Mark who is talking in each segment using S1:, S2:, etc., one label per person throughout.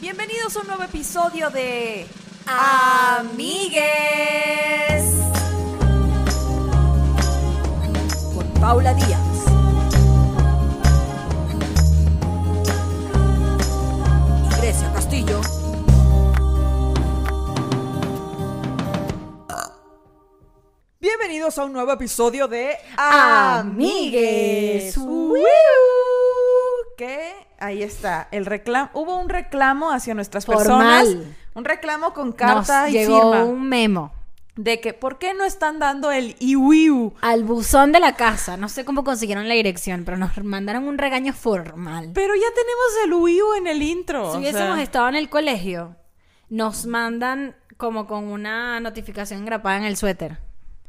S1: Bienvenidos a un nuevo episodio de
S2: Amigues.
S1: con Paula Díaz. Y Grecia Castillo. Bienvenidos a un nuevo episodio de
S2: Amigues.
S1: Uiu. Que ahí está. El reclamo. Hubo un reclamo hacia nuestras personas.
S2: Formal.
S1: Un reclamo con carta
S2: Nos
S1: y
S2: llegó
S1: firma.
S2: un memo
S1: De que, ¿por qué no están dando el iwiu?
S2: al buzón de la casa. No sé cómo consiguieron la dirección, pero nos mandaron un regaño formal.
S1: Pero ya tenemos el uiu en el intro.
S2: Si
S1: o
S2: hubiésemos
S1: sea.
S2: estado en el colegio, nos mandan como con una notificación engrapada en el suéter.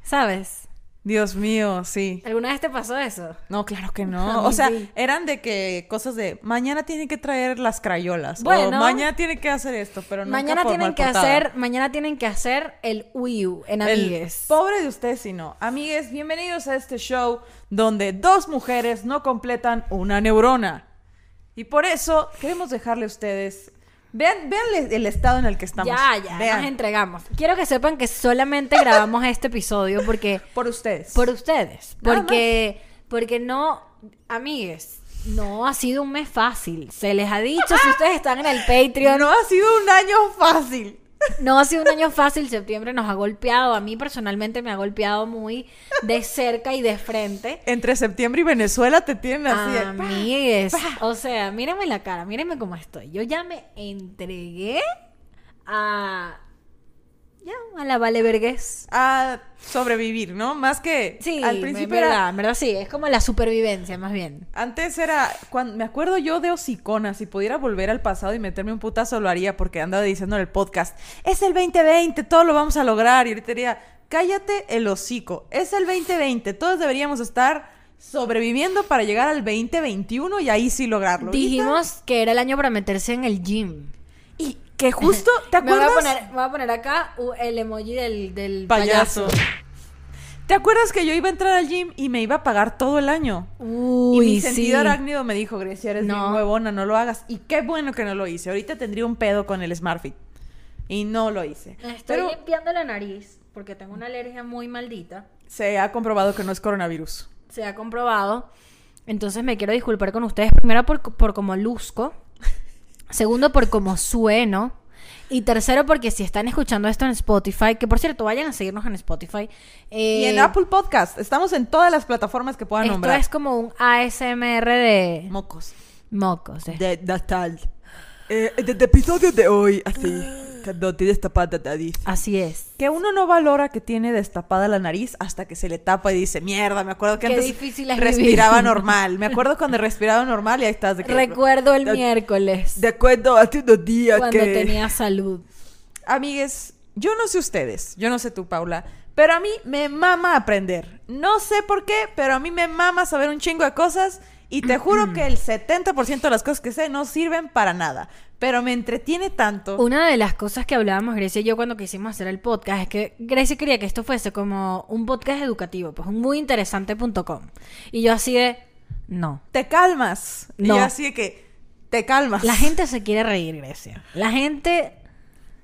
S2: ¿Sabes?
S1: Dios mío, sí.
S2: ¿Alguna vez te pasó eso?
S1: No, claro que
S2: A
S1: no.
S2: mí
S1: O sea,
S2: sí.
S1: eran de que cosas de mañana tienen que traer las crayolas. o
S2: Bueno.
S1: mañana tienen que hacer esto, pero nunca
S2: mañana
S1: por
S2: tienen
S1: mal
S2: que
S1: portada.
S2: hacer, mañana tienen que hacer el UIU en
S1: El
S2: amigues.
S1: Pobre de ustedes si no. Amigues, bienvenidos a este show donde dos mujeres no completan una neurona. Y por eso queremos dejarle a ustedes. Vean, vean el- el estado en el que estamos.
S2: Ya, ya,
S1: Vean.
S2: nos entregamos. Quiero que sepan que solamente grabamos este episodio porque
S1: Por ustedes.
S2: Por ustedes.
S1: Nada
S2: Porque, porque no, amigues, no ha sido un mes fácil. Se les ha dicho, si ustedes están en el Patreon,
S1: No ha sido un año fácil.
S2: no ha sido un año fácil. Septiembre nos ha golpeado. A mí personalmente me ha golpeado muy de cerca y de frente.
S1: Entre septiembre y Venezuela te tienen así. de-
S2: Amigues, o sea, mírenme la cara, mírenme cómo estoy. Yo ya me entregué a. Ya, a la valeverguez.
S1: a sobrevivir, ¿no? Más que
S2: Sí,
S1: al principio
S2: en
S1: era-
S2: verdad, en verdad sí, es como la supervivencia más bien.
S1: Antes era, cuando, me acuerdo yo de hocicona, si pudiera volver al pasado y meterme un putazo lo haría porque andaba diciendo en el podcast, es el 2020, todo lo vamos a lograr. Y ahorita diría, cállate el hocico, es el 2020, todos deberíamos estar sobreviviendo para llegar al 2021 y ahí sí lograrlo.
S2: Dijimos que era el año para meterse en el gym.
S1: Y que justo, ¿te
S2: Me voy
S1: acuerdas?
S2: a poner, me voy a poner acá uh, el emoji del, del
S1: Payaso.
S2: payaso.
S1: ¿Te acuerdas que yo iba a entrar al gym y me iba a pagar todo el año?
S2: Uy,
S1: y mi sentido
S2: sí.
S1: arácnido me dijo, Grecia, eres
S2: No.
S1: bien huevona, no lo hagas. Y qué bueno que no lo hice. Ahorita tendría un pedo con el SmartFit. Y no lo hice.
S2: Estoy
S1: Pero
S2: limpiando la nariz porque tengo una alergia muy maldita.
S1: se ha comprobado que no es coronavirus.
S2: Se ha comprobado. Entonces me quiero disculpar con ustedes. Primero por, co- por como luzco. Segundo por como sueno. Y tercero porque si están escuchando esto en Spotify, que por cierto vayan a seguirnos en Spotify.
S1: y en
S2: eh,
S1: Apple Podcast. Estamos en todas las plataformas que puedan
S2: Esto
S1: nombrar.
S2: es como un ASMR de
S1: Mocos.
S2: mocos. eh.
S3: de Natal. Eh, en el episodio de hoy, así,
S2: Ah.
S3: cuando tienes tapada la nariz.
S2: Así es.
S1: Que uno no valora que tiene destapada la nariz hasta que se le tapa y dice, mierda, me acuerdo que
S2: Qué
S1: antes
S2: difícil es
S1: respiraba
S2: vivir".
S1: normal. Me acuerdo cuando respiraba normal y ahí estás de que...
S2: Recuerdo el
S3: de-
S2: miércoles
S3: De acuerdo, hace unos días
S2: cuando
S3: que...
S2: tenía salud.
S1: Amigues, yo no sé ustedes, yo no sé tú, Paula, pero a mí me mama aprender. No sé por qué, pero a mí me mama saber un chingo de cosas y te juro que el 70% de las cosas que sé no sirven para nada, pero me entretiene tanto.
S2: Una de las cosas que hablábamos Grecia y yo cuando quisimos hacer el podcast es que Grecia quería que esto fuese como un podcast educativo, pues un muy interesante.com. Y yo así de, no.
S1: Te calmas. Y
S2: No.
S1: yo así de que te calmas.
S2: La gente se quiere reír, Grecia. La gente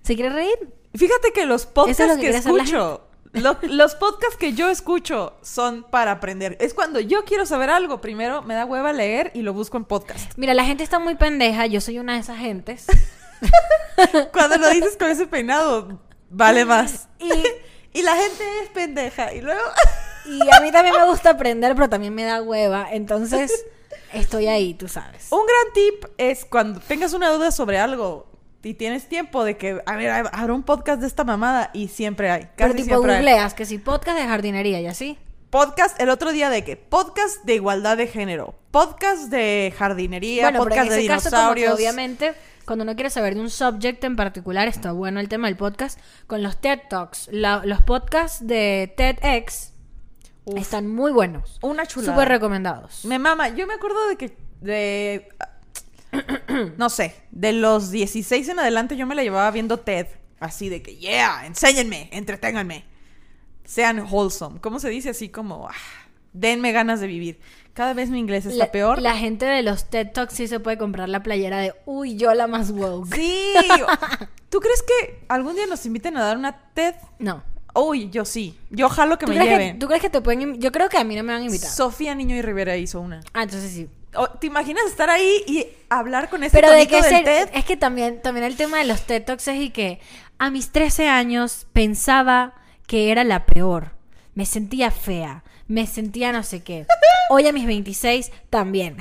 S2: se quiere reír.
S1: Fíjate que los podcasts
S2: Eso es lo que
S1: que,
S2: quiere hacer la
S1: escucho, lo- los podcasts que yo escucho son para aprender. Es cuando yo quiero saber algo, primero me da hueva leer y lo busco en podcast.
S2: Mira, la gente está muy pendeja, yo soy una de esas gentes.
S1: Cuando lo dices con ese peinado, vale más.
S2: Y,
S1: Y la gente es pendeja. Y luego.
S2: y a mí también me gusta aprender, pero también me da hueva. Entonces, estoy ahí, tú sabes.
S1: Un gran tip es cuando tengas una duda sobre algo y tienes tiempo de que, a ver, ab- habrá un podcast de esta mamada y siempre hay. Casi
S2: Pero tipo
S1: siempre hay.
S2: googleas que si podcast de jardinería y así.
S1: Podcast, el otro día de que podcast de igualdad de género, podcast de jardinería,
S2: Bueno, pero
S1: podcast
S2: en ese
S1: de
S2: caso, como que
S1: dinosaurios.
S2: obviamente, cuando uno quiere saber de un subject en particular, está bueno el tema del podcast. Con los TED Talks, la- los podcasts de TEDx
S1: Uf.
S2: están muy buenos.
S1: Una chulada.
S2: Súper recomendados.
S1: Me mama, yo me acuerdo de que de no sé, de los 16 en adelante yo me la llevaba viendo TED, así de que yeah, enséñenme, entreténganme. Sean wholesome, ¿cómo se dice así como ah, denme ganas de vivir? Cada vez mi inglés está
S2: la,
S1: peor.
S2: La gente de los TED Talks sí se puede comprar la playera de uy, yo la más woke.
S1: Sí. ¿Tú crees que algún día nos inviten a dar una TED?
S2: No.
S1: Uy, yo sí. Yo jalo que
S2: ¿Tú
S1: me
S2: crees que-
S1: lleven.
S2: ¿Tú crees que te pueden.? in- Yo creo que a mí no me van a invitar.
S1: Sofía Niño y Rivera hizo una.
S2: ah, entonces sí.
S1: O- ¿Te imaginas estar ahí y hablar con este
S2: Pero de
S1: tonito
S2: qué ser.
S1: del TED?
S2: Es que también, también el tema de los TED Talks es y que a mis 13 años pensaba que era la peor. Me sentía fea. Me sentía no sé qué. Hoy a mis 26 también.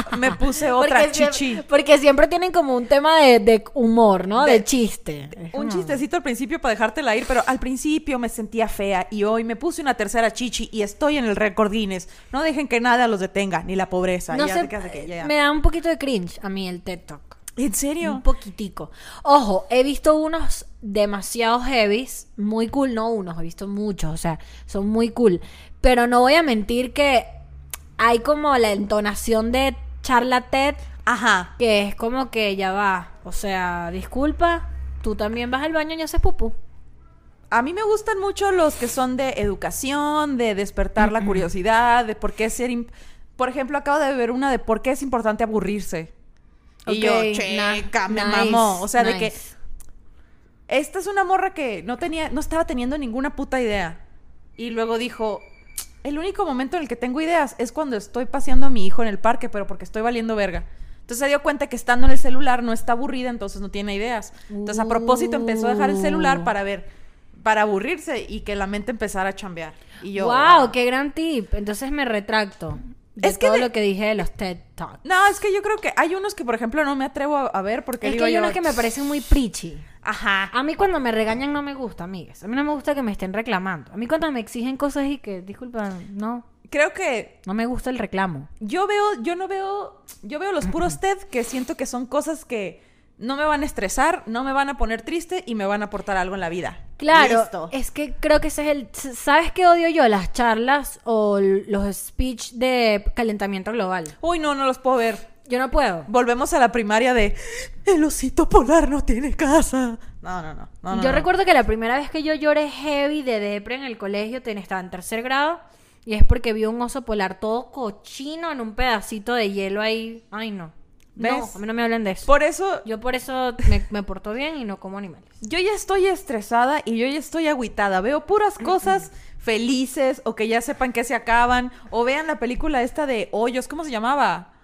S1: Me puse otra
S2: siem-
S1: chichi.
S2: porque siempre tienen como un tema de, de humor, ¿no? De,
S1: De-
S2: chiste. Es
S1: Un
S2: como-
S1: chistecito al principio para dejártela ir, pero al principio me sentía fea y hoy me puse una tercera chichi y estoy en el récord Guinness. No dejen que nada los detenga, ni la pobreza.
S2: No
S1: Ya
S2: sé,
S1: te quedas de que, ya, ya.
S2: me da un poquito de cringe a mí el TED Talk.
S1: ¿En
S2: Un
S1: serio?
S2: poquitico. Ojo, he visto unos demasiado heavies, muy cool, no unos, he visto muchos, o sea, son muy cool. Pero no voy a mentir que hay como la entonación de charla TED
S1: Ajá.
S2: que es como que ya va, o sea, disculpa, tú también vas al baño y haces pupú.
S1: A mí me gustan mucho los que son de educación, de despertar la curiosidad, de por qué ser... imp- Por ejemplo, acabo de ver una de por qué es importante aburrirse. y yo,
S2: Ok, na-
S1: checa, me
S2: nice,
S1: mamó. O sea, de que
S2: nice.
S1: esta es una morra que no tenía, no estaba teniendo ninguna puta idea. Y luego dijo, el único momento en el que tengo ideas es cuando estoy paseando a mi hijo en el parque, pero porque estoy valiendo verga. Entonces se dio cuenta que estando en el celular no está aburrida, entonces no tiene ideas. Entonces a propósito empezó a dejar el
S2: Uh.
S1: celular para ver, para aburrirse y que la mente empezara a chambear. Y yo,
S2: wow, qué gran tip. Entonces me retracto de
S1: Es que
S2: todo
S1: de-
S2: lo que dije de los TED Talks.
S1: No, es que yo creo que hay unos que, por ejemplo, no me atrevo a, a ver porque
S2: Es que
S1: digo
S2: hay
S1: yo,
S2: unos que me parecen muy preachy.
S1: Ajá.
S2: A mí cuando me regañan no me gusta, amigas. A mí no me gusta que me estén reclamando. A mí cuando me exigen cosas y que, disculpa, no,
S1: Creo que
S2: no me gusta el reclamo.
S1: Yo veo, yo no veo, yo veo los puros TED que siento que son cosas que no me van a estresar, no me van a poner triste y me van a aportar algo en la vida.
S2: Claro,
S1: Listo.
S2: es que creo que ese es el... ¿Sabes qué odio yo? Las charlas o l- los speech de calentamiento global.
S1: Uy, no, no los puedo ver.
S2: Yo no puedo.
S1: Volvemos a la primaria de el osito polar no tiene casa. No, no, no. no, no,
S2: yo
S1: no.
S2: recuerdo que la primera vez que yo lloré heavy de depre en el colegio, ten- estaba en tercer grado, y es porque vi un oso polar todo cochino en un pedacito de hielo ahí. Ay, no. No,
S1: ¿Ves?
S2: a mí no me hablan de eso.
S1: Por eso
S2: Yo por eso me, me porto bien y no como animales.
S1: yo ya estoy estresada y yo ya estoy agüitada. Veo puras cosas felices o que ya sepan que se acaban o vean la película esta de hoyos, ¿cómo se llamaba?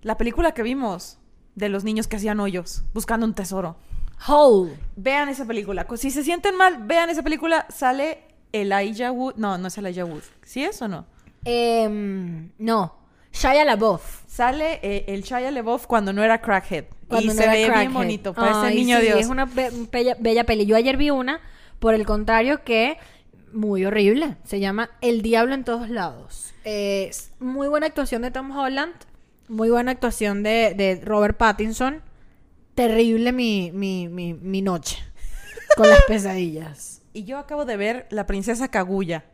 S1: La película que vimos de los niños que hacían hoyos buscando un tesoro.
S2: Whole.
S1: Vean esa película. Cu- Si se sienten mal, vean esa película. Sale Elijah Wood. No, no es Elijah Wood. ¿Sí es o no?
S2: Em, no. Shia LaBeouf.
S1: Sale eh, el Shia LeBeouf cuando no era crackhead.
S2: Cuando
S1: y
S2: no
S1: se
S2: era
S1: ve
S2: crackhead.
S1: bien bonito. Parece
S2: Ay,
S1: niño
S2: sí,
S1: Dios.
S2: Es una be- bella, bella peli. Yo ayer vi una, por el contrario, que muy horrible. Se llama El Diablo en todos lados. Es muy buena actuación de Tom Holland. Muy buena actuación de, de Robert Pattinson. Terrible mi, mi, mi, mi noche con las pesadillas.
S1: Y yo acabo de ver La Princesa Kaguya.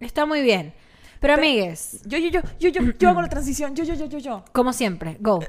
S2: Está muy bien. Pero, amigues,
S1: Yo, yo, yo, yo, yo, yo hago la transición. Yo, yo, yo, yo, yo.
S2: como siempre, go.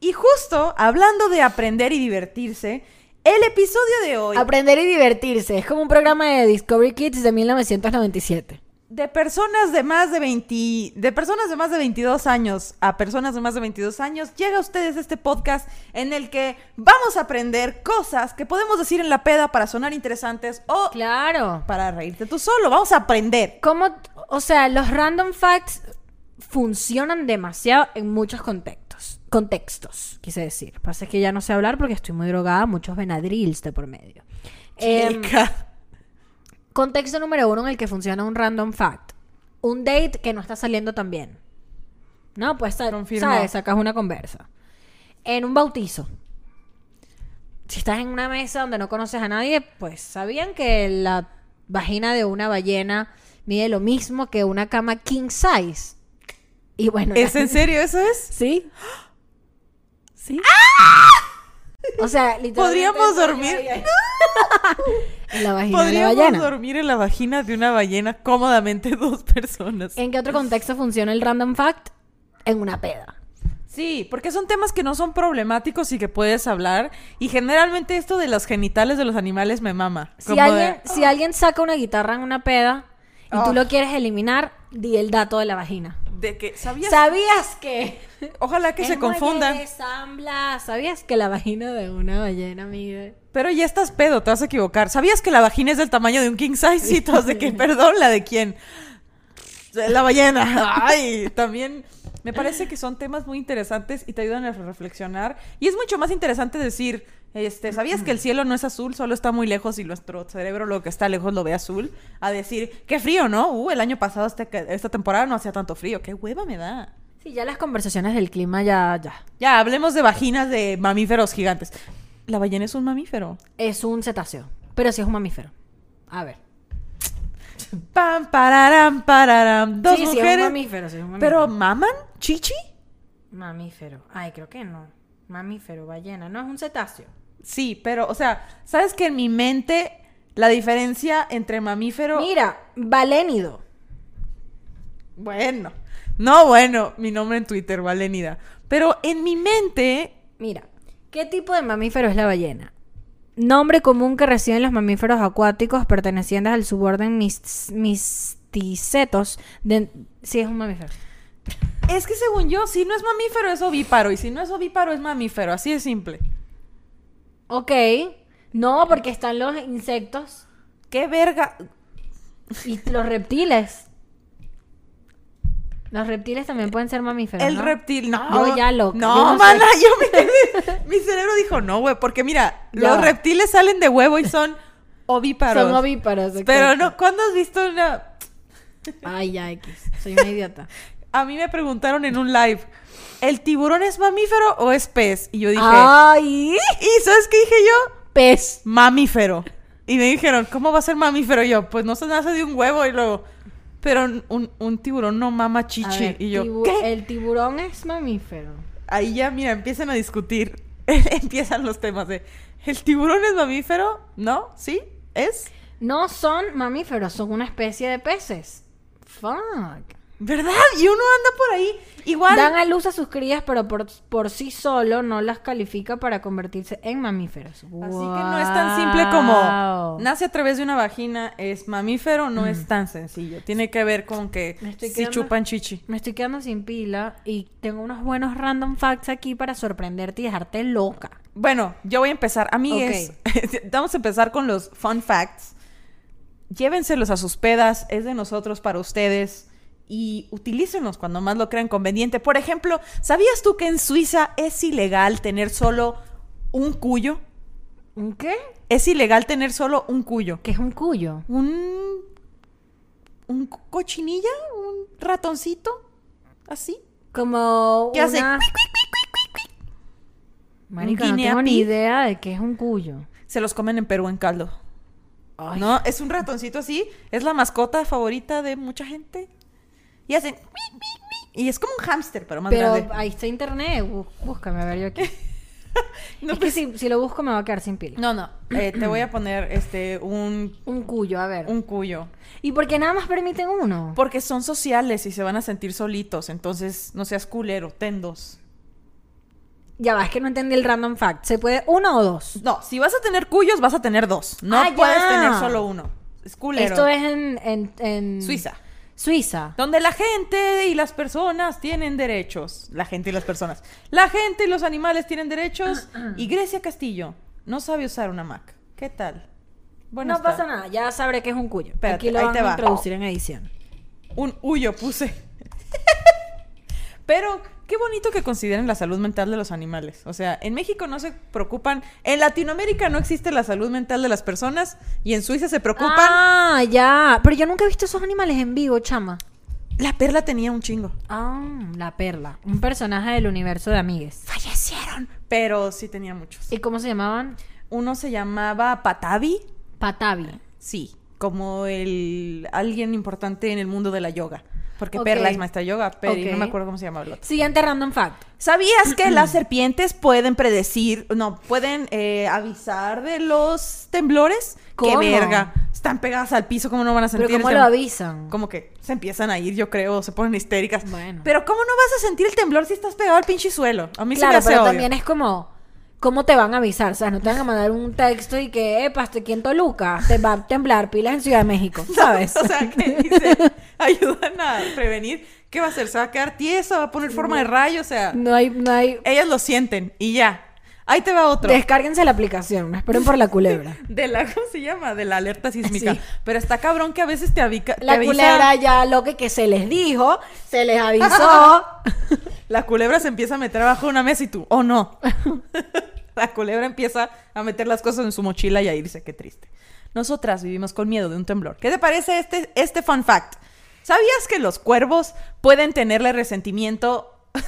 S1: Y justo hablando de aprender y divertirse, el episodio de hoy
S2: Aprender y divertirse. Es como un programa de Discovery Kids de 1997.
S1: de personas de más de 20, de personas de más de 22 años a personas de más de 22 años llega a ustedes este podcast en el que vamos a aprender cosas que podemos decir en la peda para sonar interesantes o
S2: Claro.
S1: para reírte tú solo, vamos a aprender.
S2: ¿Cómo, t- o sea, los random facts funcionan demasiado en muchos contextos. Contextos, quise decir. Lo que Pasa es que ya no sé hablar porque estoy muy drogada, muchos Benadryls de por medio. Em,
S1: Chica.
S2: contexto número uno en el que funciona un random fact. Un date que no está saliendo tan bien. No, pues sa-
S1: Confirmo.
S2: sabes, sacas una conversa. En un bautizo. Si estás en una mesa donde no conoces a nadie, pues sabían que la vagina de una ballena mide lo mismo que una cama king size. Y bueno,
S1: ¿Es
S2: la-
S1: en serio eso es?
S2: ¿Sí? ¿Sí? O sea, literalmente...
S1: ¡Ah! Podríamos dormir.
S2: En la vagina de la
S1: Podríamos
S2: ballena.
S1: dormir en la vagina de una ballena cómodamente dos personas.
S2: ¿En qué otro contexto funciona el random fact? En una peda.
S1: Sí, porque son temas que no son problemáticos y que puedes hablar. Y generalmente esto de los genitales de los animales me mama.
S2: Si
S1: Como de-
S2: alguien, si alguien saca una guitarra en una peda y tú
S1: Oh.
S2: lo quieres eliminar, di el dato de la vagina.
S1: De que, ¿sabías?
S2: ¿Sabías que?
S1: Ojalá que se
S2: El muelle
S1: confundan.
S2: de Zambla. ¿Sabías que la vagina de una ballena mide?
S1: Pero ya estás pedo, te vas a equivocar. ¿Sabías que la vagina es del tamaño de un king size? Y todos de que, perdón, ¿la de quién? De La ballena. Ay, también me parece que son temas muy interesantes y te ayudan a reflexionar. Y es mucho más interesante decir, este, ¿sabías que el cielo no es azul? Solo está muy lejos y nuestro cerebro lo que está lejos lo ve azul. A decir, qué frío, ¿no? Uh, el año pasado este- esta temporada no hacía tanto frío. Qué hueva me da.
S2: Sí, ya las conversaciones del clima ya, ya.
S1: Ya, hablemos de vaginas de mamíferos gigantes. La ballena es un mamífero.
S2: Es un cetáceo, pero sí es un mamífero. A ver.
S1: Pam, pararam, pararam. Dos
S2: sí, sí, es un
S1: mujeres.
S2: mamífero, sí, es un mamífero.
S1: pero maman, chichi.
S2: Mamífero. Ay, creo que no. Mamífero, ballena. No, es un cetáceo.
S1: Sí, pero, o sea, sabes que en mi mente la diferencia entre mamífero.
S2: Mira, balénido.
S1: Bueno, no, bueno, mi nombre en Twitter, Valenida. Pero en mi mente,
S2: Mira, ¿qué tipo de mamífero es la ballena? Nombre común que reciben los mamíferos acuáticos pertenecientes al suborden mis- misticetos. De, sí, es un mamífero.
S1: es que según yo, si no es mamífero es ovíparo y si no es ovíparo es mamífero, así de simple.
S2: Ok. No, porque están los insectos
S1: Qué verga.
S2: y los reptiles. Los reptiles también pueden ser mamíferos.
S1: El
S2: ¿no?
S1: reptil, no.
S2: Yo ya loca,
S1: No,
S2: yo no sé.
S1: mana, yo me- mi cerebro dijo no, güey, porque mira,
S2: Ya
S1: los
S2: va.
S1: reptiles salen de huevo y son ovíparos.
S2: Son ovíparos.
S1: Pero
S2: exacto.
S1: no, ¿cuándo has visto una?
S2: Ay, ya, X. Soy una idiota.
S1: A mí me preguntaron en un live, ¿el tiburón es mamífero o es pez? Y yo dije,
S2: Ah. Ay,
S1: ¿y sabes qué dije yo?
S2: pez.
S1: Mamífero. Y me dijeron, ¿cómo va a ser mamífero? Y yo, pues no se nace de un huevo y luego, pero un, un tiburón no mama
S2: A
S1: chichi.
S2: ver,
S1: y yo,
S2: tibu-
S1: ¿qué?
S2: El tiburón es mamífero.
S1: Ahí ya, mira, empiezan a discutir. Empiezan los temas de, ¿el tiburón es mamífero? ¿No? ¿Sí? ¿Es?
S2: No son mamíferos, son una especie de peces. Fuck.
S1: ¿Verdad? Y uno anda por ahí. Igual...
S2: Dan a luz a sus crías, pero por, por sí solo no las califica para convertirse en mamíferos.
S1: Así que no es tan simple como nace a través de una vagina, es mamífero, no es tan sencillo. Tiene que ver con que
S2: Mm. Me estoy
S1: si
S2: quedando-
S1: chupan chichi.
S2: Me estoy quedando sin pila y tengo unos buenos random facts aquí para sorprenderte y dejarte loca.
S1: Bueno, yo voy a empezar. Amigues, vamos a empezar con los fun facts. Llévenselos a sus pedas, es de nosotros para ustedes y utilícenlos cuando más lo crean conveniente. Por ejemplo, ¿sabías tú que en Suiza es ilegal tener solo un cuyo?
S2: ¿Un qué?
S1: Es ilegal tener solo un cuyo.
S2: ¿Qué es un cuyo?
S1: un un co- cochinilla, un ratoncito, así.
S2: Como
S1: ¿Qué hace?
S2: una...
S1: Cuic, cuic, cuic, cuic.
S2: Marica,
S1: ¿Un
S2: no
S1: guinea
S2: tengo ni
S1: pig?
S2: idea de qué es un cuyo.
S1: Se los comen en Perú en caldo.
S2: Ay.
S1: No, es un ratoncito así, es la mascota favorita de mucha gente. Y hacen "Mic, mic, mic", y es como un hámster, pero más
S2: Pero
S1: grande.
S2: ahí está internet, bú- búscame a ver yo aquí.
S1: No, pues.
S2: es que si, si lo busco me va a quedar sin pila.
S1: No, no, eh, te voy a poner este un
S2: Un cuyo, a ver.
S1: un cuyo,
S2: ¿Y por qué nada más permiten uno?
S1: porque son sociales y se van a sentir solitos, entonces no seas culero, ten dos.
S2: Ya va, es que no entendí el random fact. ¿Se puede uno o dos?
S1: No, si vas a tener cuyos, vas a tener dos. No
S2: Ah,
S1: puedes
S2: ya.
S1: tener solo uno. Es culero.
S2: Esto es en, en- en-
S1: Suiza.
S2: Suiza.
S1: Donde la gente y las personas tienen derechos. La gente y las personas. La gente y los animales tienen derechos. Y Grecia Castillo no sabe usar una Mac. ¿Qué tal? Bueno,
S2: no pasa nada, ya sabré que es un cuyo.
S1: Espérate,
S2: aquí lo
S1: ahí
S2: van
S1: te
S2: a
S1: va.
S2: introducir en edición.
S1: Un huyo puse. Pero qué bonito que consideren la salud mental de los animales. O sea, en México no se preocupan. En Latinoamérica no existe la salud mental de las personas. Y en Suiza se preocupan.
S2: Ah, ya. Pero yo nunca he visto esos animales en vivo, chama.
S1: La perla tenía un chingo.
S2: Ah, la perla. Un personaje del universo de amigues.
S1: Fallecieron. Pero sí tenía muchos.
S2: ¿Y cómo se llamaban?
S1: Uno se llamaba Patavi.
S2: Patavi.
S1: Sí, como el alguien importante en el mundo de la yoga. Porque
S2: Ok.
S1: Perla es maestra yoga, pero y no
S2: Ok.
S1: me acuerdo cómo se llama el otro.
S2: Siguiente random fact.
S1: ¿Sabías que las serpientes pueden predecir, no, pueden eh, avisar de los temblores?
S2: ¿Cómo?
S1: ¡Qué verga! Están pegadas al piso, ¿cómo no van a sentir
S2: ¿Pero cómo
S1: el
S2: lo
S1: tem-
S2: avisan?
S1: Como que se empiezan a ir, yo creo, se ponen histéricas.
S2: Bueno.
S1: Pero ¿cómo no vas a sentir el temblor si estás pegado al pinche suelo? A mí se me
S2: claro,
S1: hace
S2: pero
S1: obvio.
S2: también es como ¿Cómo te van a avisar? O sea, no te van a mandar un texto y que, epa, estoy aquí en Toluca, te va a temblar pilas en Ciudad de México, ¿sabes?
S1: O sea, que dice, ayudan a prevenir. ¿Qué va a hacer? ¿Se va a quedar tiesa? ¿Va a poner forma de rayo? O sea,
S2: no hay, no hay...
S1: ellas lo sienten y ya. Ahí te va otro.
S2: Descárguense la aplicación, no esperen por la culebra.
S1: De la, ¿cómo se llama? De la alerta sísmica. Pero está cabrón que a veces te, avica, te
S2: La
S1: avisa-
S2: culebra ya lo que, que se les dijo, se les avisó.
S1: La culebra se empieza a meter abajo de una mesa y tú, oh no. la culebra empieza a meter las cosas en su mochila y a irse, qué triste. Nosotras vivimos con miedo de un temblor. ¿Qué te parece este, este fun fact? ¿Sabías que los cuervos pueden tenerle resentimiento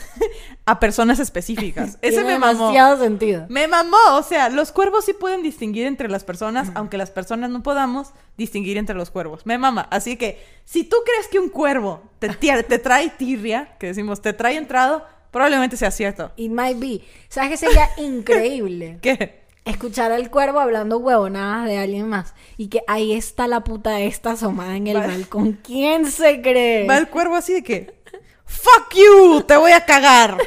S1: a personas específicas? Ese
S2: Tiene
S1: me mamó.
S2: demasiado sentido.
S1: Me mamó, o sea, los cuervos sí pueden distinguir entre las personas, aunque las personas no podamos distinguir entre los cuervos. Me mama. Así que, si tú crees que un cuervo te, tie- te trae tirria, que decimos, te trae entrado, probablemente sea cierto.
S2: It might be. ¿Sabes qué sería increíble?
S1: ¿Qué?
S2: Escuchar al cuervo hablando huevonadas de alguien más. Y que ahí está la puta esta asomada en el
S1: Va-
S2: balcón. ¿Quién se cree?
S1: Va el cuervo así de que, ¡Fuck you! ¡Te voy a cagar!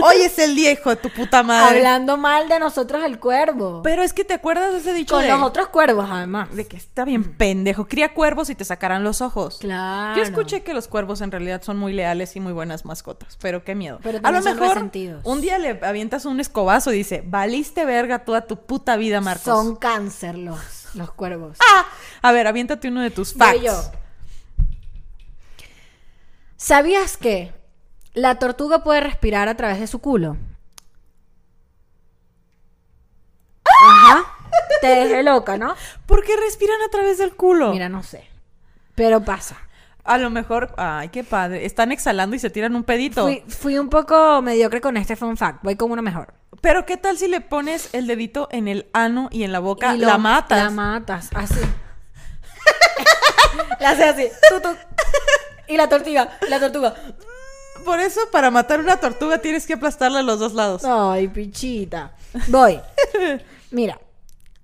S1: Hoy es el día, hijo de tu puta madre.
S2: Hablando mal de nosotros el cuervo.
S1: Pero es que te acuerdas de ese dicho
S2: Con
S1: de,
S2: los otros cuervos, además.
S1: de que está bien pendejo. Cría cuervos y te sacarán los ojos.
S2: Claro.
S1: Yo escuché que los cuervos en realidad son muy leales y muy buenas mascotas, pero qué miedo.
S2: Pero
S1: a lo
S2: también son
S1: mejor
S2: resentidos.
S1: un día le avientas un escobazo y dice, valiste verga toda tu puta vida, Marcos.
S2: Son cáncer los, los cuervos.
S1: ¡Ah! A ver, aviéntate uno de tus
S2: Voy
S1: facts.
S2: yo. ¿Sabías que la tortuga puede respirar a través de su culo?
S1: ¡Ah!
S2: Ajá. Te dejé loca, ¿no?
S1: ¿Por qué respiran a través del culo?
S2: Mira, no sé. Pero pasa.
S1: A lo mejor, ay, qué padre. Están exhalando y se tiran un pedito.
S2: Fui, fui un poco mediocre con este fun fact. Voy con uno mejor.
S1: Pero qué tal si le pones el dedito en el ano y en la boca,
S2: Y lo-
S1: la matas.
S2: La matas, así. la haces así. tu, tu. Y la tortuga, la tortuga.
S1: Por eso, para matar una tortuga tienes que aplastarla a los dos lados.
S2: Ay, pichita. Voy. Mira,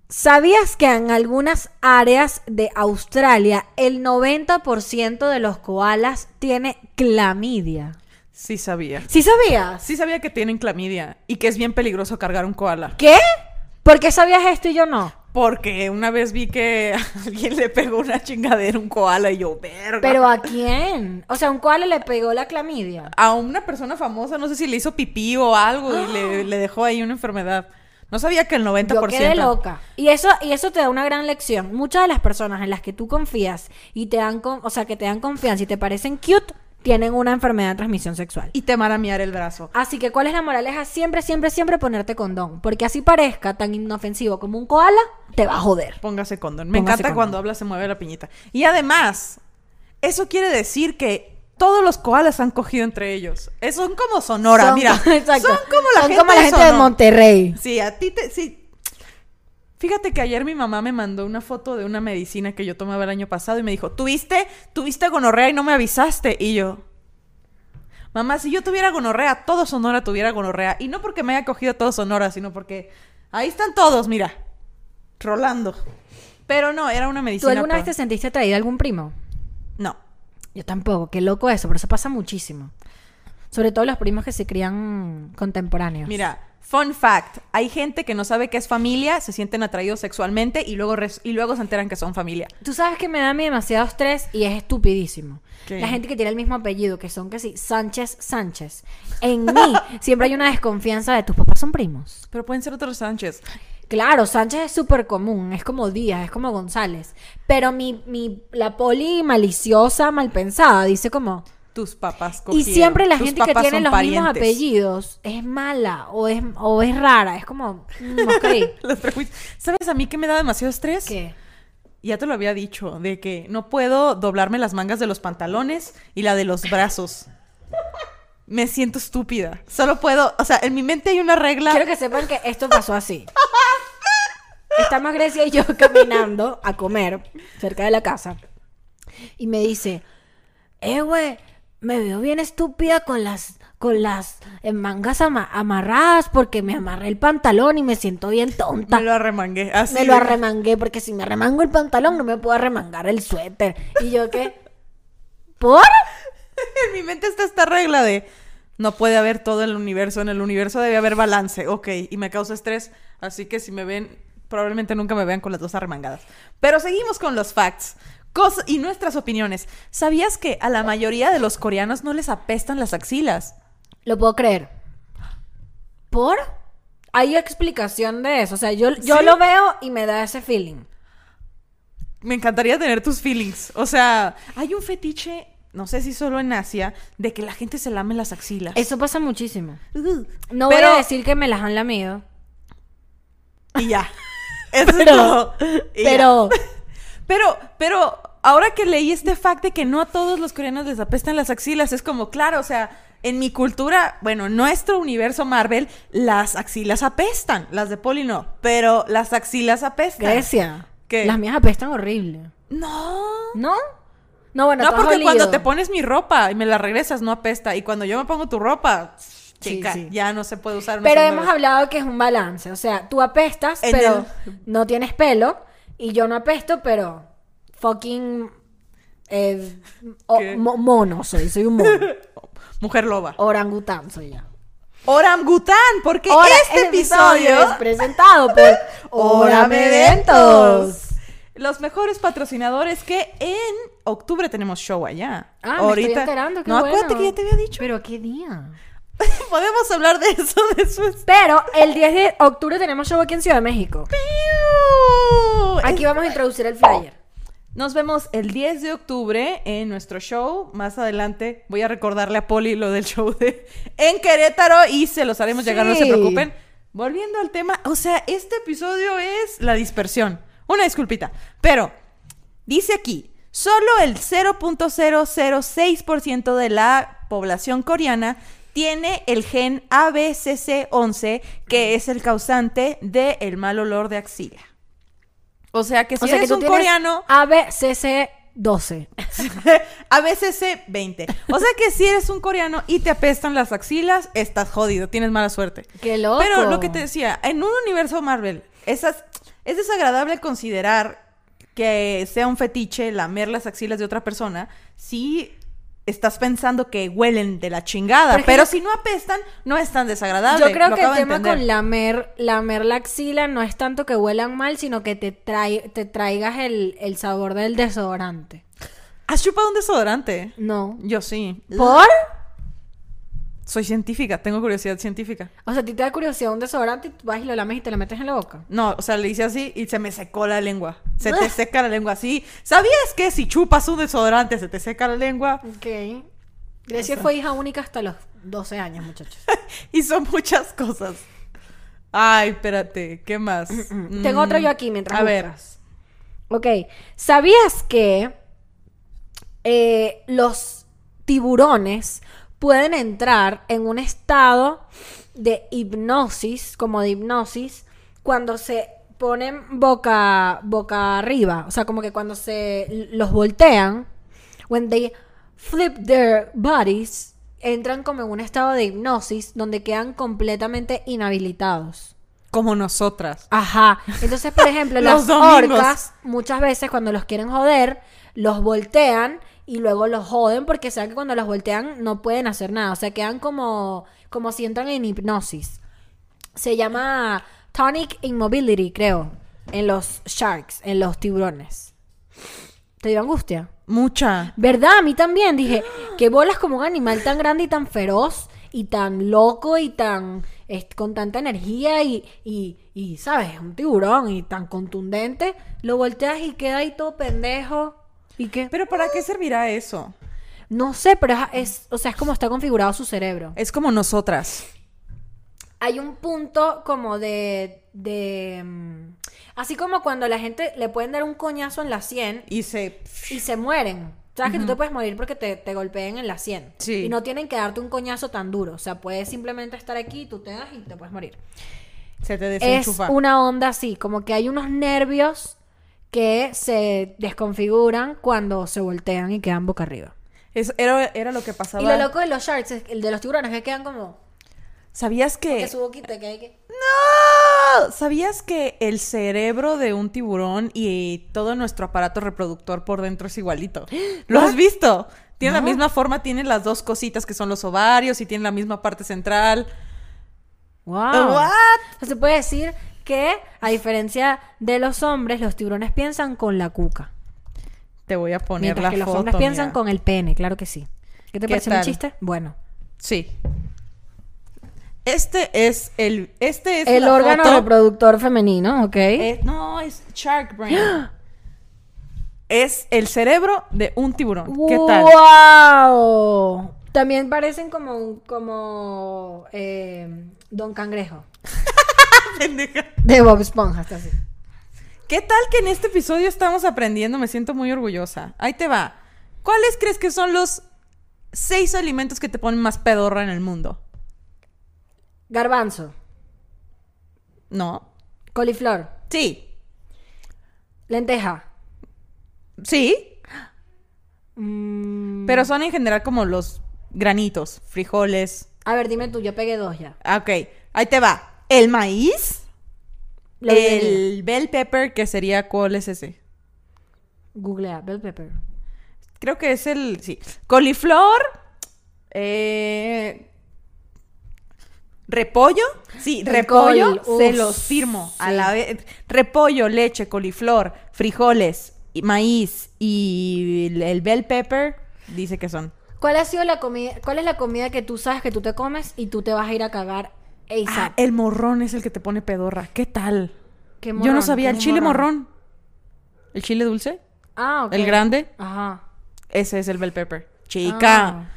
S2: ¿sabías que en algunas áreas de Australia el 90% de los koalas tiene clamidia?
S1: Sí sabía.
S2: ¿Sí sabías?
S1: Sí sabía que tienen clamidia y que es bien peligroso cargar un koala.
S2: ¿Qué? ¿Por qué sabías esto y yo no?
S1: Porque una vez vi que alguien le pegó una chingadera a un koala y yo, verga.
S2: ¿Pero a quién? O sea, un koala le pegó la clamidia.
S1: a una persona famosa, no sé si le hizo pipí o algo y le, le dejó ahí una enfermedad. No sabía que el 90%.
S2: Yo quedé loca. Y eso, y eso te da una gran lección. Muchas de las personas en las que tú confías y te dan, con- o sea, que te dan confianza y te parecen cute, tienen una enfermedad de transmisión sexual.
S1: Y te maramear el brazo.
S2: Así que, ¿cuál es la moraleja? Siempre, siempre, siempre ponerte condón. Porque así parezca tan inofensivo como un koala, te va a joder.
S1: Póngase condón. Me
S2: Póngase
S1: encanta
S2: condón.
S1: cuando habla se mueve la piñita. Y además, eso quiere decir que todos los koalas han cogido entre ellos. Eh, Son como Sonora,
S2: Son-
S1: mira.
S2: exacto.
S1: Son como la
S2: Son
S1: gente,
S2: como la
S1: de
S2: gente de
S1: Sonora.
S2: Monterrey.
S1: Sí, a ti te... Sí. Fíjate que ayer mi mamá me mandó una foto de una medicina que yo tomaba el año pasado y me dijo, ¿tuviste? ¿Tuviste gonorrea y no me avisaste? Y yo... Mamá, si yo tuviera gonorrea, todo Sonora tuviera gonorrea. Y no porque me haya cogido todo Sonora, sino porque ahí están todos, mira. Rolando. Pero no, era una
S2: ¿Tú
S1: medicina.
S2: alguna vez
S1: pro-
S2: te sentiste atraída a algún primo?
S1: No.
S2: Yo tampoco. Qué loco eso, pero eso pasa muchísimo. Sobre todo los primos que se crían contemporáneos.
S1: Mira, fun fact. Hay gente que no sabe que es familia, se sienten atraídos sexualmente y luego, res- y luego se enteran que son familia.
S2: Tú sabes que me da a mí demasiado estrés y es estupidísimo.
S1: ¿Qué?
S2: La gente que tiene el mismo apellido, que son que sí, Sánchez Sánchez. En mí siempre hay una desconfianza de tus papás son primos.
S1: Pero pueden ser otros Sánchez.
S2: Claro, Sánchez es súper común, es como Díaz, es como González. Pero mi, mi, la poli maliciosa, mal pensada, dice como...
S1: Tus papás
S2: Y
S1: cogieron.
S2: siempre la
S1: Tus
S2: gente que
S1: papás
S2: tiene
S1: son
S2: los mismos
S1: parientes.
S2: apellidos es mala o es, o es rara, es como... mm, ok.
S1: Los prejuicios. ¿Sabes a mí que me da demasiado estrés?
S2: ¿Qué?
S1: Ya te lo había dicho, de que no puedo doblarme las mangas de los pantalones y la de los brazos. Me siento estúpida. Solo puedo, o sea, en mi mente hay una regla.
S2: Quiero que sepan que esto pasó así. Estamos Grecia y yo caminando a comer cerca de la casa. Y me dice, eh, güey, me veo bien estúpida con las, con las eh, mangas ama- amarradas porque me amarré el pantalón y me siento bien tonta.
S1: Me lo arremangué. Así
S2: Me lo
S1: de-
S2: arremangué porque si me arremango el pantalón no me puedo arremangar el suéter. Y yo qué, ¿por?
S1: En mi mente está esta regla de No puede haber todo el universo. En el universo debe haber balance. Ok, y me causa estrés. Así que si me ven, probablemente nunca me vean con las dos arremangadas. Pero seguimos con los facts. Cos- y nuestras opiniones. ¿Sabías que a la mayoría de los coreanos no les apestan las axilas?
S2: Lo puedo creer. ¿Por? Hay explicación de eso. O sea, yo, yo
S1: Sí.
S2: lo veo y me da ese feeling.
S1: Me encantaría tener tus feelings. O sea, hay un fetiche, no sé si solo en Asia, de que la gente se lame las axilas.
S2: Eso pasa muchísimo.
S1: Ugh.
S2: No
S1: Pero-
S2: voy a decir que me las han lamido.
S1: Y ya. Eso es todo.
S2: Pero,
S1: Y ya.
S2: pero
S1: Pero, pero, ahora que leí este fact de que no a todos los coreanos les apestan las axilas, es como, claro, o sea, en mi cultura, bueno, en nuestro universo Marvel, las axilas apestan. Las de Poli no, pero las axilas apestan.
S2: Grecia.
S1: ¿Qué?
S2: Las mías apestan horrible.
S1: No.
S2: ¿No? No, bueno,
S1: No,
S2: tú has
S1: porque cuando
S2: olido.
S1: te pones mi ropa y me la regresas, no apesta. Y cuando yo me pongo tu ropa,
S2: Sí,
S1: chica,
S2: sí.
S1: ya no se puede usar una
S2: Pero
S1: segunda
S2: hemos
S1: vez.
S2: hablado que es un balance. O sea, tú apestas,
S1: En
S2: pero no tienes pelo. Y yo no apesto, pero fucking eh, o-
S1: ¿Qué?
S2: mo- mono soy. Soy un mono.
S1: Mujer loba.
S2: Orangután soy ya.
S1: Orangután, porque
S2: Ahora,
S1: este episodio
S2: es presentado por Orame Eventos.
S1: Los mejores patrocinadores que en octubre tenemos show allá.
S2: Ah, me estoy enterando, qué
S1: No, acuérdate
S2: bueno.
S1: que ya te había dicho.
S2: Pero qué día.
S1: Podemos hablar de eso después.
S2: Pero el 10 de octubre tenemos show aquí en Ciudad de México. Aquí vamos a introducir el flyer.
S1: Oh. Nos vemos el 10 de octubre en nuestro show. Más adelante voy a recordarle a Poli lo del show de en Querétaro y se los haremos llegar, no se
S2: Sí.
S1: preocupen. Volviendo al tema, o sea, este episodio es la dispersión. Una disculpita, pero dice aquí, solo el 0.006% de la población coreana tiene el gen ABCC11, que es el causante del mal olor de axila. O sea que si eres un coreano,
S2: ABCC 12.
S1: a veces sé 20. O sea que si eres un coreano y te apestan las axilas, estás jodido, tienes mala suerte.
S2: ¡Qué loco!
S1: Pero lo que te decía, en un universo Marvel, esas, es desagradable considerar que sea un fetiche lamer las axilas de otra persona si estás pensando que huelen de la chingada.
S2: Por ejemplo-
S1: pero si no apestan, no es tan desagradable.
S2: Yo creo
S1: lo
S2: que el
S1: acabo de
S2: tema
S1: entender.
S2: con lamer, lamer la axila no es tanto que huelan mal, sino que te, trae, te traigas el, el sabor del desodorante.
S1: ¿Has chupado un desodorante?
S2: No.
S1: Yo sí.
S2: ¿Por?
S1: Soy científica, tengo curiosidad científica.
S2: O sea, a ti te da curiosidad un desodorante y tú vas y lo lames y te lo metes en la boca.
S1: No, o sea, le hice así y se me secó la lengua. Se te seca la lengua así. ¿Sabías que si chupas un desodorante se te seca la lengua?
S2: Ok. Grecia fue hija única hasta los 12 años, muchachos.
S1: Hizo muchas cosas. Ay, espérate, ¿qué más? Mm.
S2: Tengo otro yo aquí mientras
S1: A ver,
S2: buscas. Ok. ¿Sabías que eh, los tiburones pueden entrar en un estado de hipnosis, como de hipnosis, cuando se ponen boca, boca arriba? O sea, como que cuando se los voltean, when they flip their bodies, entran como en un estado de hipnosis donde quedan completamente inhabilitados.
S1: como nosotras.
S2: Ajá. Entonces, por ejemplo, las
S1: Los domingos.
S2: orcas muchas veces cuando los quieren joder, los voltean y luego los joden porque saben que cuando los voltean no pueden hacer nada. O sea, quedan como, como si entran en hipnosis. Se llama tonic immobility, creo, en los sharks, en los tiburones. ¿Te dio angustia?
S1: Mucha.
S2: ¿Verdad? A mí también. Dije, que bolas como un animal tan grande y tan feroz y tan loco y tan es- con tanta energía y, y, y, ¿sabes? Un tiburón y tan contundente. Lo volteas y queda ahí todo pendejo. ¿Y qué?
S1: Pero ¿para qué servirá eso?
S2: No sé, pero es, es- o sea, es como está configurado su cerebro.
S1: Es como nosotras.
S2: Hay un punto como de... de mm, así como cuando a la gente le pueden dar un coñazo en la sien
S1: Y se...
S2: y se mueren. Sabes que tú te puedes morir porque te, te golpeen en la sien.
S1: Sí.
S2: Y no tienen que darte un coñazo tan duro. O sea, puedes simplemente estar aquí, tú te das y te puedes morir.
S1: Se te
S2: Es
S1: desenchufa.
S2: una onda así, como que hay unos nervios que se desconfiguran cuando se voltean y quedan boca arriba.
S1: Es- era, era lo que pasaba.
S2: Y lo loco de los sharks, es- el de los tiburones, es que quedan como
S1: ¿Sabías
S2: que su boquita, que hay que...
S1: ¡No! ¿Sabías que el cerebro de un tiburón y todo nuestro aparato reproductor por dentro es igualito? ¿Lo has visto? Tiene
S2: ¿Ah? No.
S1: la misma forma, tiene las dos cositas que son los ovarios y tiene la misma parte central.
S2: Wow.
S1: What?
S2: O sea, se puede decir que, a diferencia de los hombres, los tiburones piensan con la cuca.
S1: Te voy a poner
S2: Mientras
S1: la
S2: que los
S1: foto,
S2: hombres piensan
S1: mira.
S2: con el pene, claro que sí. ¿Qué te
S1: ¿Qué
S2: parece
S1: tal?
S2: un chiste? Bueno.
S1: Sí. Este es el este es
S2: El
S1: la
S2: órgano
S1: foto-
S2: reproductor femenino, ok.
S1: Eh, no, es shark brain. es el cerebro de un tiburón. ¿Qué tal?
S2: ¡Wow! También parecen como un- como eh, Don Cangrejo
S1: Pendeja.
S2: de Bob Esponja, está así.
S1: ¿Qué tal que en este episodio estamos aprendiendo? Me siento muy orgullosa. Ahí te va. ¿Cuáles crees que son los seis alimentos que te ponen más pedorra en el mundo?
S2: Garbanzo,
S1: No.
S2: coliflor,
S1: Sí.
S2: lenteja.
S1: Sí.
S2: Mm,
S1: Pero son en general como los granitos, frijoles.
S2: a ver, dime tú, yo pegué dos ya.
S1: Ah, Ok, ahí te va. El maíz.
S2: Lo vi
S1: el bell pepper, que sería, ¿cuál es ese?
S2: Googlea, bell pepper.
S1: Creo que es el, sí. Coliflor. eh, repollo. Sí,
S2: El
S1: repollo.
S2: col,
S1: se
S2: uf,
S1: los firmo. A
S2: sí.
S1: la vez. Repollo, leche, coliflor, frijoles, y maíz y el, el bell pepper. Dice que son.
S2: ¿Cuál ha sido la comida? ¿Cuál es la comida que tú sabes que tú te comes y tú te vas a ir a cagar
S1: Ah,
S2: ASAP?
S1: el morrón es el que te pone pedorra. ¿Qué tal?
S2: ¿Qué
S1: Yo no
S2: morrón?
S1: sabía.
S2: ¿Qué
S1: El chile
S2: morrón?
S1: morrón. ¿El chile dulce?
S2: Ah, ok.
S1: ¿El grande?
S2: Ajá.
S1: Ese es el bell pepper. Chica.
S2: Ah.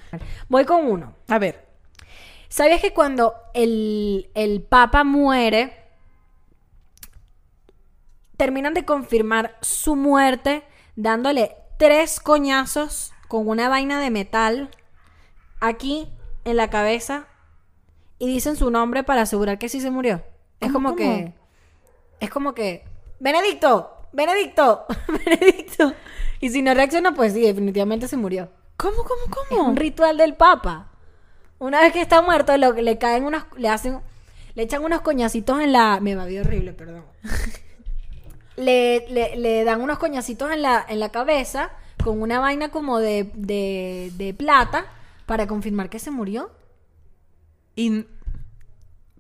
S2: Voy con uno.
S1: A ver.
S2: ¿Sabías que cuando el, el Papa muere, terminan de confirmar su muerte dándole tres coñazos con una vaina de metal aquí en la cabeza y dicen su nombre para asegurar que sí se murió? Es
S1: ¿Cómo,
S2: como que...
S1: cómo?
S2: Es como que... Benedicto, Benedicto, Benedicto. Y si no reacciona, pues sí, definitivamente se murió.
S1: ¿Cómo, cómo,
S2: Es
S1: cómo?
S2: un ritual del Papa. Una vez que está muerto, lo- le caen unos, le hacen, le echan unos coñacitos en la. Me babió horrible, perdón. le, le- le dan unos coñacitos en la, en la cabeza con una vaina como de, de, de plata para confirmar que se murió.
S1: Y-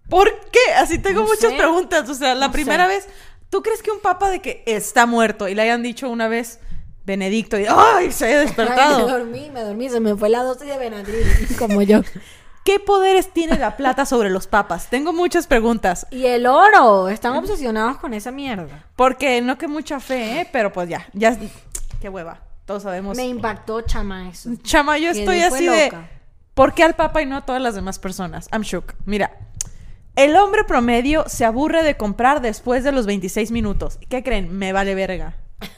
S1: ¿Por qué? Así tengo
S2: No
S1: muchas
S2: sé.
S1: preguntas. O sea, la
S2: No
S1: primera
S2: sé.
S1: vez, ¿tú crees que un papa de que está muerto y le hayan dicho una vez Benedicto y ¡ay! se haya
S2: me
S1: despertado?
S2: dormí, me dormí, se me fue la dosis de Benadryl, como yo.
S1: ¿Qué poderes tiene la plata sobre los papas? Tengo muchas preguntas.
S2: Y el oro, están obsesionados con esa mierda.
S1: Porque no que mucha fe, ¿eh? pero pues ya, ya. Qué hueva. Todos sabemos.
S2: Me impactó, chama, eso.
S1: Chama, yo
S2: Que
S1: estoy
S2: fue
S1: así de.
S2: loca.
S1: ¿Por qué al Papa y no a todas las demás personas? I'm shook. Mira. El hombre promedio se aburre de comprar después de los 26 minutos. ¿Qué creen? Me vale verga.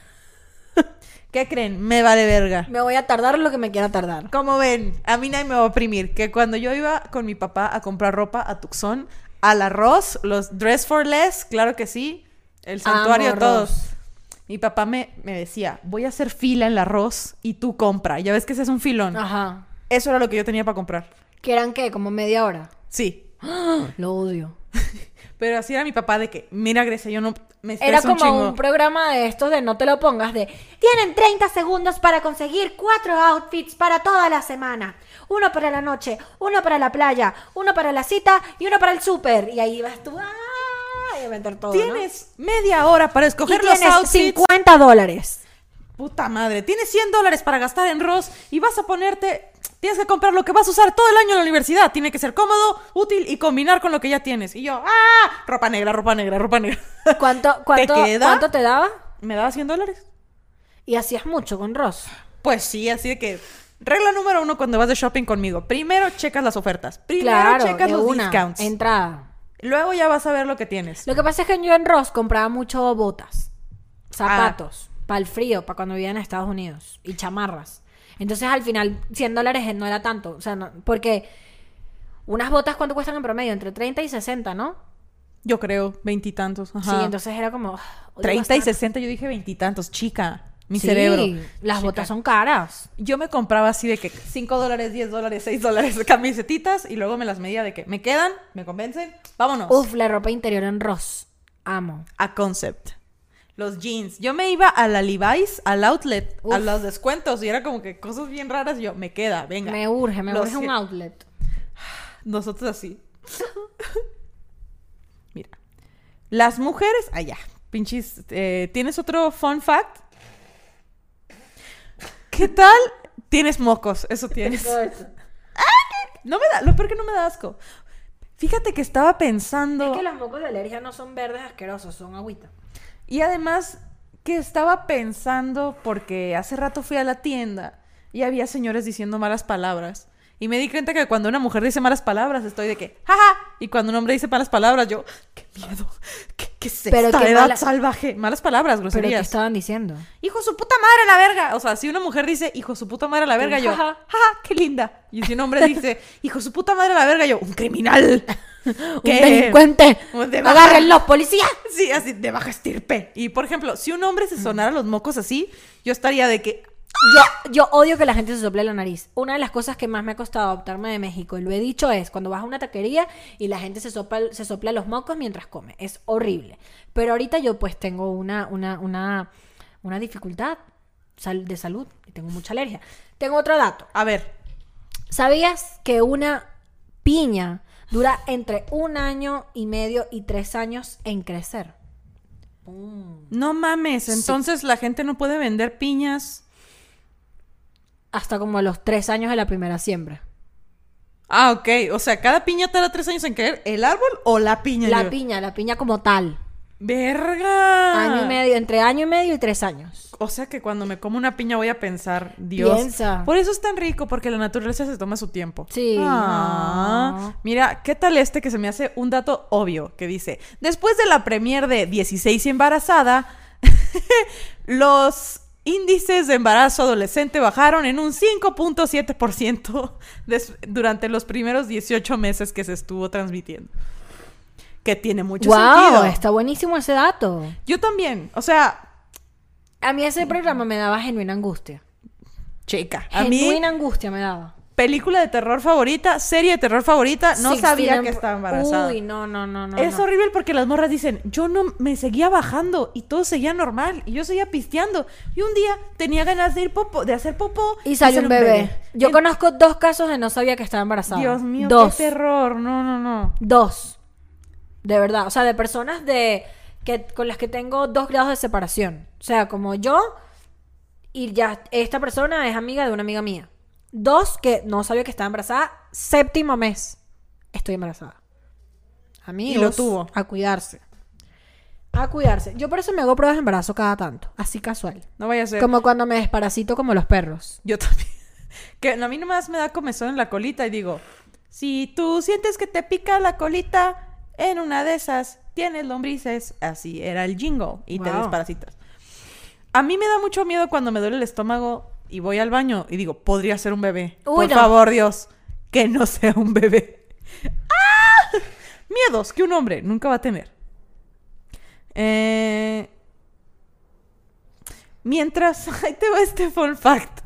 S1: ¿Qué creen? Me vale verga.
S2: Me voy a tardar lo que me quiera tardar.
S1: Como ven, a mí nadie me va a oprimir. Que cuando yo iba con mi papá a comprar ropa a Tucson, al arroz, los dress for less, claro que sí, el santuario,
S2: Amo
S1: todos.
S2: arroz.
S1: Mi papá me, me decía, voy a hacer fila en el arroz y tú compra. Ya ves que ese es un filón.
S2: Ajá.
S1: Eso era lo que yo tenía para comprar.
S2: ¿Que eran qué? ¿Como media hora?
S1: Sí.
S2: Lo odio.
S1: Pero así era mi papá de que, mira, Grecia, yo no me
S2: Era
S1: estreso un
S2: como
S1: chingo".
S2: un programa de estos de no te lo pongas de tienen 30 segundos para conseguir cuatro outfits para toda la semana. Uno para la noche, uno para la playa, uno para la cita y uno para el súper. Y ahí vas tú ¡ah! y a vender todo. ¿no?
S1: Tienes media hora para
S2: Y
S1: escoger los
S2: tienes
S1: outfits.
S2: 50 dólares.
S1: Puta madre, tienes 100 dólares para gastar en Ross y vas a ponerte. Tienes que comprar lo que vas a usar todo el año en la universidad. Tiene que ser cómodo, útil y combinar con lo que ya tienes. Y yo, ¡ah! Ropa negra, ropa negra, ropa negra.
S2: ¿Cuánto, cuánto,
S1: queda?
S2: cuánto te daba?
S1: ¿Me daba 100 dólares?
S2: Y hacías mucho con Ross.
S1: Pues sí, así de que. Regla número uno cuando vas de shopping conmigo. Primero checas las ofertas. Primero
S2: Claro,
S1: checas
S2: de
S1: los
S2: una
S1: discounts.
S2: entrada.
S1: Luego ya vas a ver lo que tienes.
S2: Lo que pasa es que yo en Ross compraba mucho botas,
S1: Ah.
S2: zapatos, para el frío, para cuando vivía en Estados Unidos, y chamarras. Entonces al final 100 dólares no era tanto, o sea, no- porque unas botas cuánto cuestan en promedio, entre 30 y 60, ¿no?
S1: Yo creo, veintitantos. Ajá.
S2: Sí, entonces era como... "Ugh, odio
S1: 30 y
S2: gastar".
S1: 60, yo dije veintitantos, chica. Mi
S2: Sí,
S1: cerebro.
S2: Las
S1: Chica.
S2: botas son caras.
S1: Yo me compraba así de que 5 dólares, 10 dólares, 6 dólares de camisetitas y luego me las medía de que me quedan, me convencen, vámonos.
S2: Uf, la ropa interior en Ross. Amo.
S1: A concept. los jeans. Yo me iba a la Levi's, al outlet,
S2: Uf.
S1: a los descuentos y era como que cosas bien raras. y Yo, me queda, venga.
S2: Me urge, me
S1: Lo
S2: urge un
S1: sie-
S2: outlet.
S1: Nosotros así. Mira. Las mujeres. Allá. Pinches. eh, ¿Tienes otro fun fact? ¿Qué tal? Tienes mocos. Eso tienes. No me da. Lo peor que no me da asco. Fíjate que estaba pensando.
S2: los mocos de alergia no son verdes asquerosos, son agüita.
S1: Y además que estaba pensando, porque hace rato fui a la tienda y había señores diciendo malas palabras. Y me di cuenta que cuando una mujer dice malas palabras, estoy de que, jaja. Y cuando un hombre dice malas palabras, yo, qué miedo. ¿Qué, qué es
S2: Pero
S1: esta
S2: qué
S1: edad
S2: mala-
S1: salvaje? Malas palabras,
S2: ¿Pero qué
S1: groserías.
S2: estaban diciendo?
S1: Hijo de su puta madre a la verga. O sea, si una mujer dice, hijo de su puta madre a la verga, yo,
S2: Jaja.
S1: jaja, qué linda. Y si un hombre dice, hijo de su puta madre a la verga, yo, un criminal.
S2: ¡Un delincuente!
S1: Un de-
S2: ¡Agárrenlos, policía!
S1: Sí, así de baja estirpe. Y por ejemplo, si un hombre se sonara los mocos así, yo estaría de que.
S2: Yo, yo odio que la gente se sople la nariz. Una de las cosas que más me ha costado adoptarme de México, y lo he dicho, es cuando vas a una taquería y la gente se sopla, se sopla los mocos mientras come. Es horrible. Pero ahorita yo pues tengo una, una, una, una dificultad sal- de salud y tengo mucha alergia. Tengo otro dato.
S1: A ver,
S2: ¿Sabías que una piña dura entre un año y medio y tres años en crecer?
S1: no mames, entonces la gente no puede vender piñas.
S2: Hasta como los tres años de la primera siembra.
S1: Ah, ok. O sea, cada piña tarda tres años en caer. ¿El árbol o la piña?
S2: La
S1: Yo,
S2: piña, la piña como tal.
S1: ¡Verga!
S2: Año y medio, entre año y medio y tres años.
S1: O sea que cuando me como una piña voy a pensar, Dios.
S2: Piensa.
S1: Por eso es tan rico, porque la naturaleza se toma su tiempo.
S2: Sí.
S1: Ah. Mira, ¿qué tal este que se me hace un dato obvio? Que dice: Después de la premier de 16 y embarazada, los índices de embarazo adolescente bajaron en un 5.7% des- durante los primeros 18 meses que se estuvo transmitiendo. Que tiene mucho
S2: wow,
S1: sentido.
S2: está buenísimo ese dato.
S1: Yo también. O sea,
S2: A mí ese programa me daba genuina angustia.
S1: chica. A mí.
S2: Genuina angustia me daba.
S1: película de terror favorita, serie de terror favorita, no
S2: Sixteen
S1: sabía
S2: and-
S1: que estaba embarazada.
S2: Uy, no, no, no, no.
S1: es
S2: no.
S1: horrible porque las morras dicen, yo no me seguía bajando y todo seguía normal y yo seguía pisteando. Y un día tenía ganas de ir popo, de hacer popó
S2: Y salió un bebé. Yo
S1: Eh,
S2: conozco dos casos de no sabía que estaba embarazada.
S1: Dios mío,
S2: dos.
S1: qué terror. No, no, no.
S2: Dos. De verdad. O sea, de personas de que con las que tengo dos grados de separación. O sea, como yo y ya esta persona es amiga de una amiga mía. Dos que no sabía que estaba embarazada. Séptimo mes. Estoy embarazada. Amigos,
S1: Y lo tuvo.
S2: a cuidarse. A cuidarse. Yo por eso me hago pruebas de embarazo cada tanto, así casual.
S1: No vaya a ser.
S2: Como cuando me desparasito como los perros.
S1: Yo también. Que a mí nomás me da comezón en la colita y digo, si tú sientes que te pica la colita, en una de esas tienes lombrices. Así era el jingo y te
S2: Wow.
S1: desparasitas. A mí me da mucho miedo cuando me duele el estómago y voy al baño y digo, podría ser un bebé.
S2: Uy,
S1: Por
S2: no.
S1: favor, Dios, que no sea un bebé. ¡Ah! Miedos que un hombre nunca va a tener. Eh, Mientras, ahí te va este fun fact.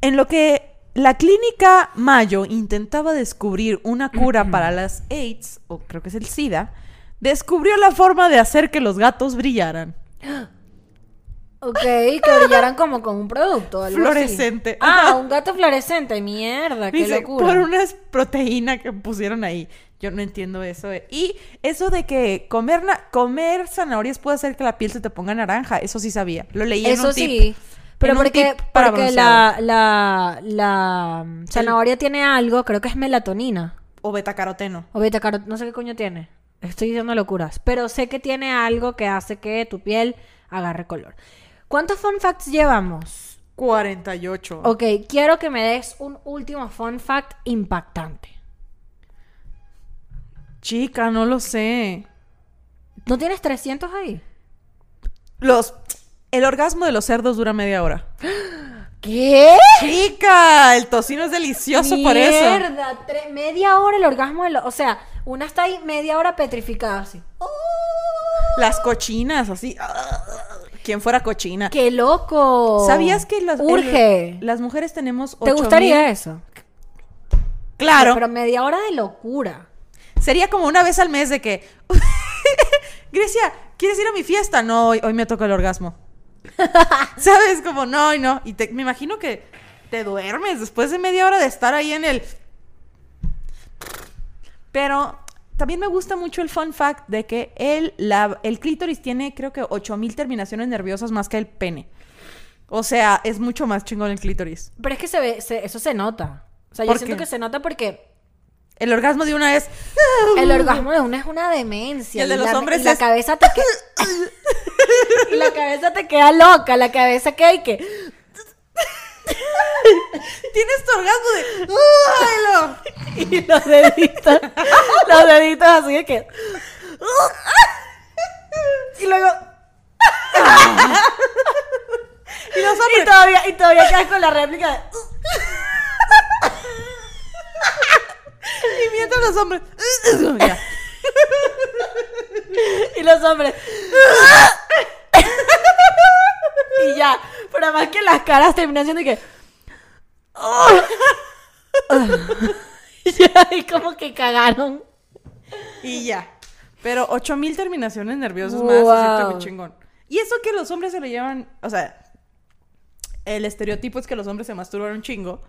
S1: En lo que la clínica Mayo intentaba descubrir una cura para las AIDS, o creo que es el SIDA, descubrió la forma de hacer que los gatos brillaran.
S2: Ok, que brillaran como con un producto. Algo así.
S1: Fluorescente.
S2: Ah,
S1: Ajá.
S2: un gato fluorescente. Mierda, qué
S1: Dice,
S2: locura.
S1: por una proteína que pusieron ahí. Yo no entiendo eso. eh. Y eso de que comer, na- comer zanahorias puede hacer que la piel se te ponga naranja, eso sí sabía. Lo leí en
S2: Eso
S1: un tip.
S2: sí. Pero
S1: En un
S2: porque,
S1: tip para
S2: porque la, la, la mm, zanahoria tiene algo, creo que es melatonina.
S1: O betacaroteno.
S2: O betacaroteno, no sé qué coño tiene. Estoy diciendo locuras. Pero sé que tiene algo que hace que tu piel agarre color. ¿Cuántos fun facts llevamos?
S1: 48.
S2: Ok, quiero que me des un último fun fact impactante.
S1: Chica, no lo sé.
S2: ¿No tienes 300 ahí?
S1: Los. El orgasmo de los cerdos dura media hora.
S2: ¿Qué?
S1: ¡Chica! El tocino es delicioso por eso.
S2: Mierda, tre- media hora el orgasmo. de lo- o sea, una está ahí media hora petrificada así.
S1: Las cochinas, así. Quien fuera cochina.
S2: ¡Qué loco!
S1: ¿Sabías que las. el-
S2: Urge.
S1: las mujeres tenemos.
S2: ¿Te
S1: 8000?
S2: gustaría eso?
S1: Claro.
S2: Pero media hora de locura.
S1: Sería como una vez al mes de que. Grecia, ¿quieres ir a mi fiesta? No, hoy, hoy me toca el orgasmo. ¿Sabes? Como, no, hoy no. Y te- me imagino que te duermes después de media hora de estar ahí en el... Pero también me gusta mucho el fun fact de que el, la- el clítoris tiene creo que 8000 terminaciones nerviosas más que el pene. O sea, es mucho más chingón el clítoris.
S2: Pero es que se ve, se- eso se nota. O sea, yo
S1: ¿Por
S2: siento
S1: qué?
S2: que se nota porque
S1: El orgasmo de una es...
S2: el orgasmo de una es una demencia.
S1: Y el de los
S2: la,
S1: hombres
S2: y la
S1: es-
S2: cabeza te queda... y la cabeza te queda loca, la cabeza que hay que...
S1: Tienes tu orgasmo de... ¡Ay, lo!
S2: Y los deditos, los deditos así de que... y luego...
S1: Y los
S2: Y
S1: hombres...
S2: todavía, y todavía quedas con la réplica de...
S1: Y mientras los hombres... Ya.
S2: Y los hombres. y ya. Pero además que las caras terminan siendo que. y ya, y como que cagaron.
S1: Y ya. Pero 8000 terminaciones nerviosas más, se siente muy
S2: Wow.
S1: chingón. Y eso que los hombres se le llevan, o sea, el estereotipo es que los hombres se masturban un chingo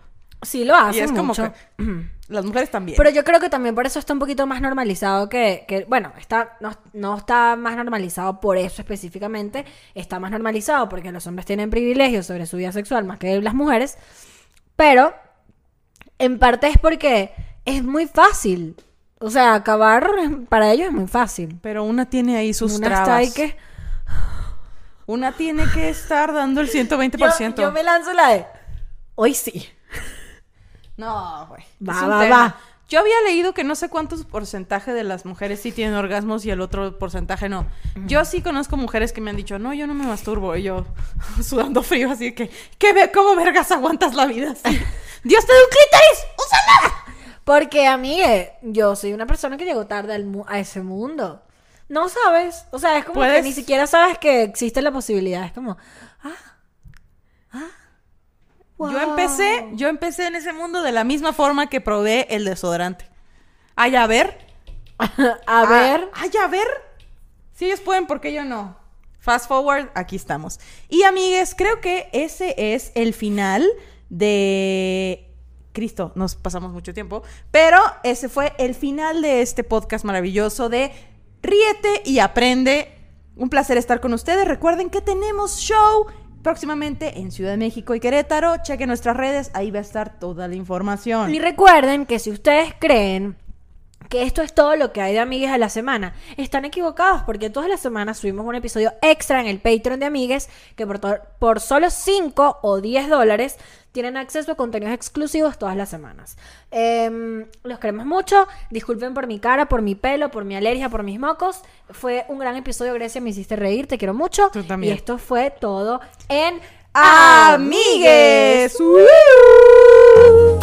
S2: Sí, lo hacen.
S1: y es como
S2: mucho.
S1: que las mujeres también.
S2: Pero yo creo que también por eso está un poquito más normalizado que, que- bueno, está, no, no está más normalizado por eso específicamente, está más normalizado porque los hombres tienen privilegios sobre su vida sexual más que las mujeres, pero en parte es porque es muy fácil, o sea, acabar para ellos es muy fácil.
S1: Pero una tiene ahí sus
S2: Una
S1: trabas.
S2: está ahí que-
S1: Una tiene que estar dando el 120%.
S2: Yo, yo me lanzo la de, hoy sí.
S1: No, güey.
S2: Va,
S1: Es un
S2: va,
S1: tema.
S2: va.
S1: Yo había leído que no sé cuántos porcentaje de las mujeres sí tienen orgasmos y el otro porcentaje no. Yo sí conozco mujeres que me han dicho, no, yo no me masturbo. Y yo sudando frío, así que, ¿qué ve? ¿Cómo vergas aguantas la vida así? ¡Dios te dé un clítoris! ¡Úsala!
S2: Porque, amigue, yo soy una persona que llegó tarde al mu- a ese mundo. No sabes. O sea, es como que
S1: Puedes-
S2: ni siquiera sabes que existe la posibilidad. Es como, ah, ah.
S1: Yo
S2: wow.
S1: empecé, yo empecé en ese mundo de la misma forma que probé el desodorante. Ay, a ver.
S2: a ver.
S1: Ah, Ay, a ver. Si ellos pueden, ¿por qué yo no? Fast forward, aquí estamos. Y amigues, creo que ese es el final de... Cristo, nos pasamos mucho tiempo, pero ese fue el final de este podcast maravilloso de Ríete y Aprende. Un placer estar con ustedes. Recuerden que tenemos show próximamente en Ciudad de México y Querétaro. Chequen nuestras redes, ahí va a estar toda la información.
S2: Y recuerden que si ustedes creen que esto es todo lo que hay de Amigues a la semana, están equivocados porque todas las semanas subimos un episodio extra en el Patreon de Amigues que por, to- por solo 5 o 10 dólares tienen acceso a contenidos exclusivos todas las semanas. Em, los queremos mucho. Disculpen por mi cara, por mi pelo, por mi alergia, por mis mocos. Fue un gran episodio, Grecia. Me hiciste reír. Te quiero mucho.
S1: Tú también.
S2: Y esto fue todo en
S1: Amigues.
S2: Amigues.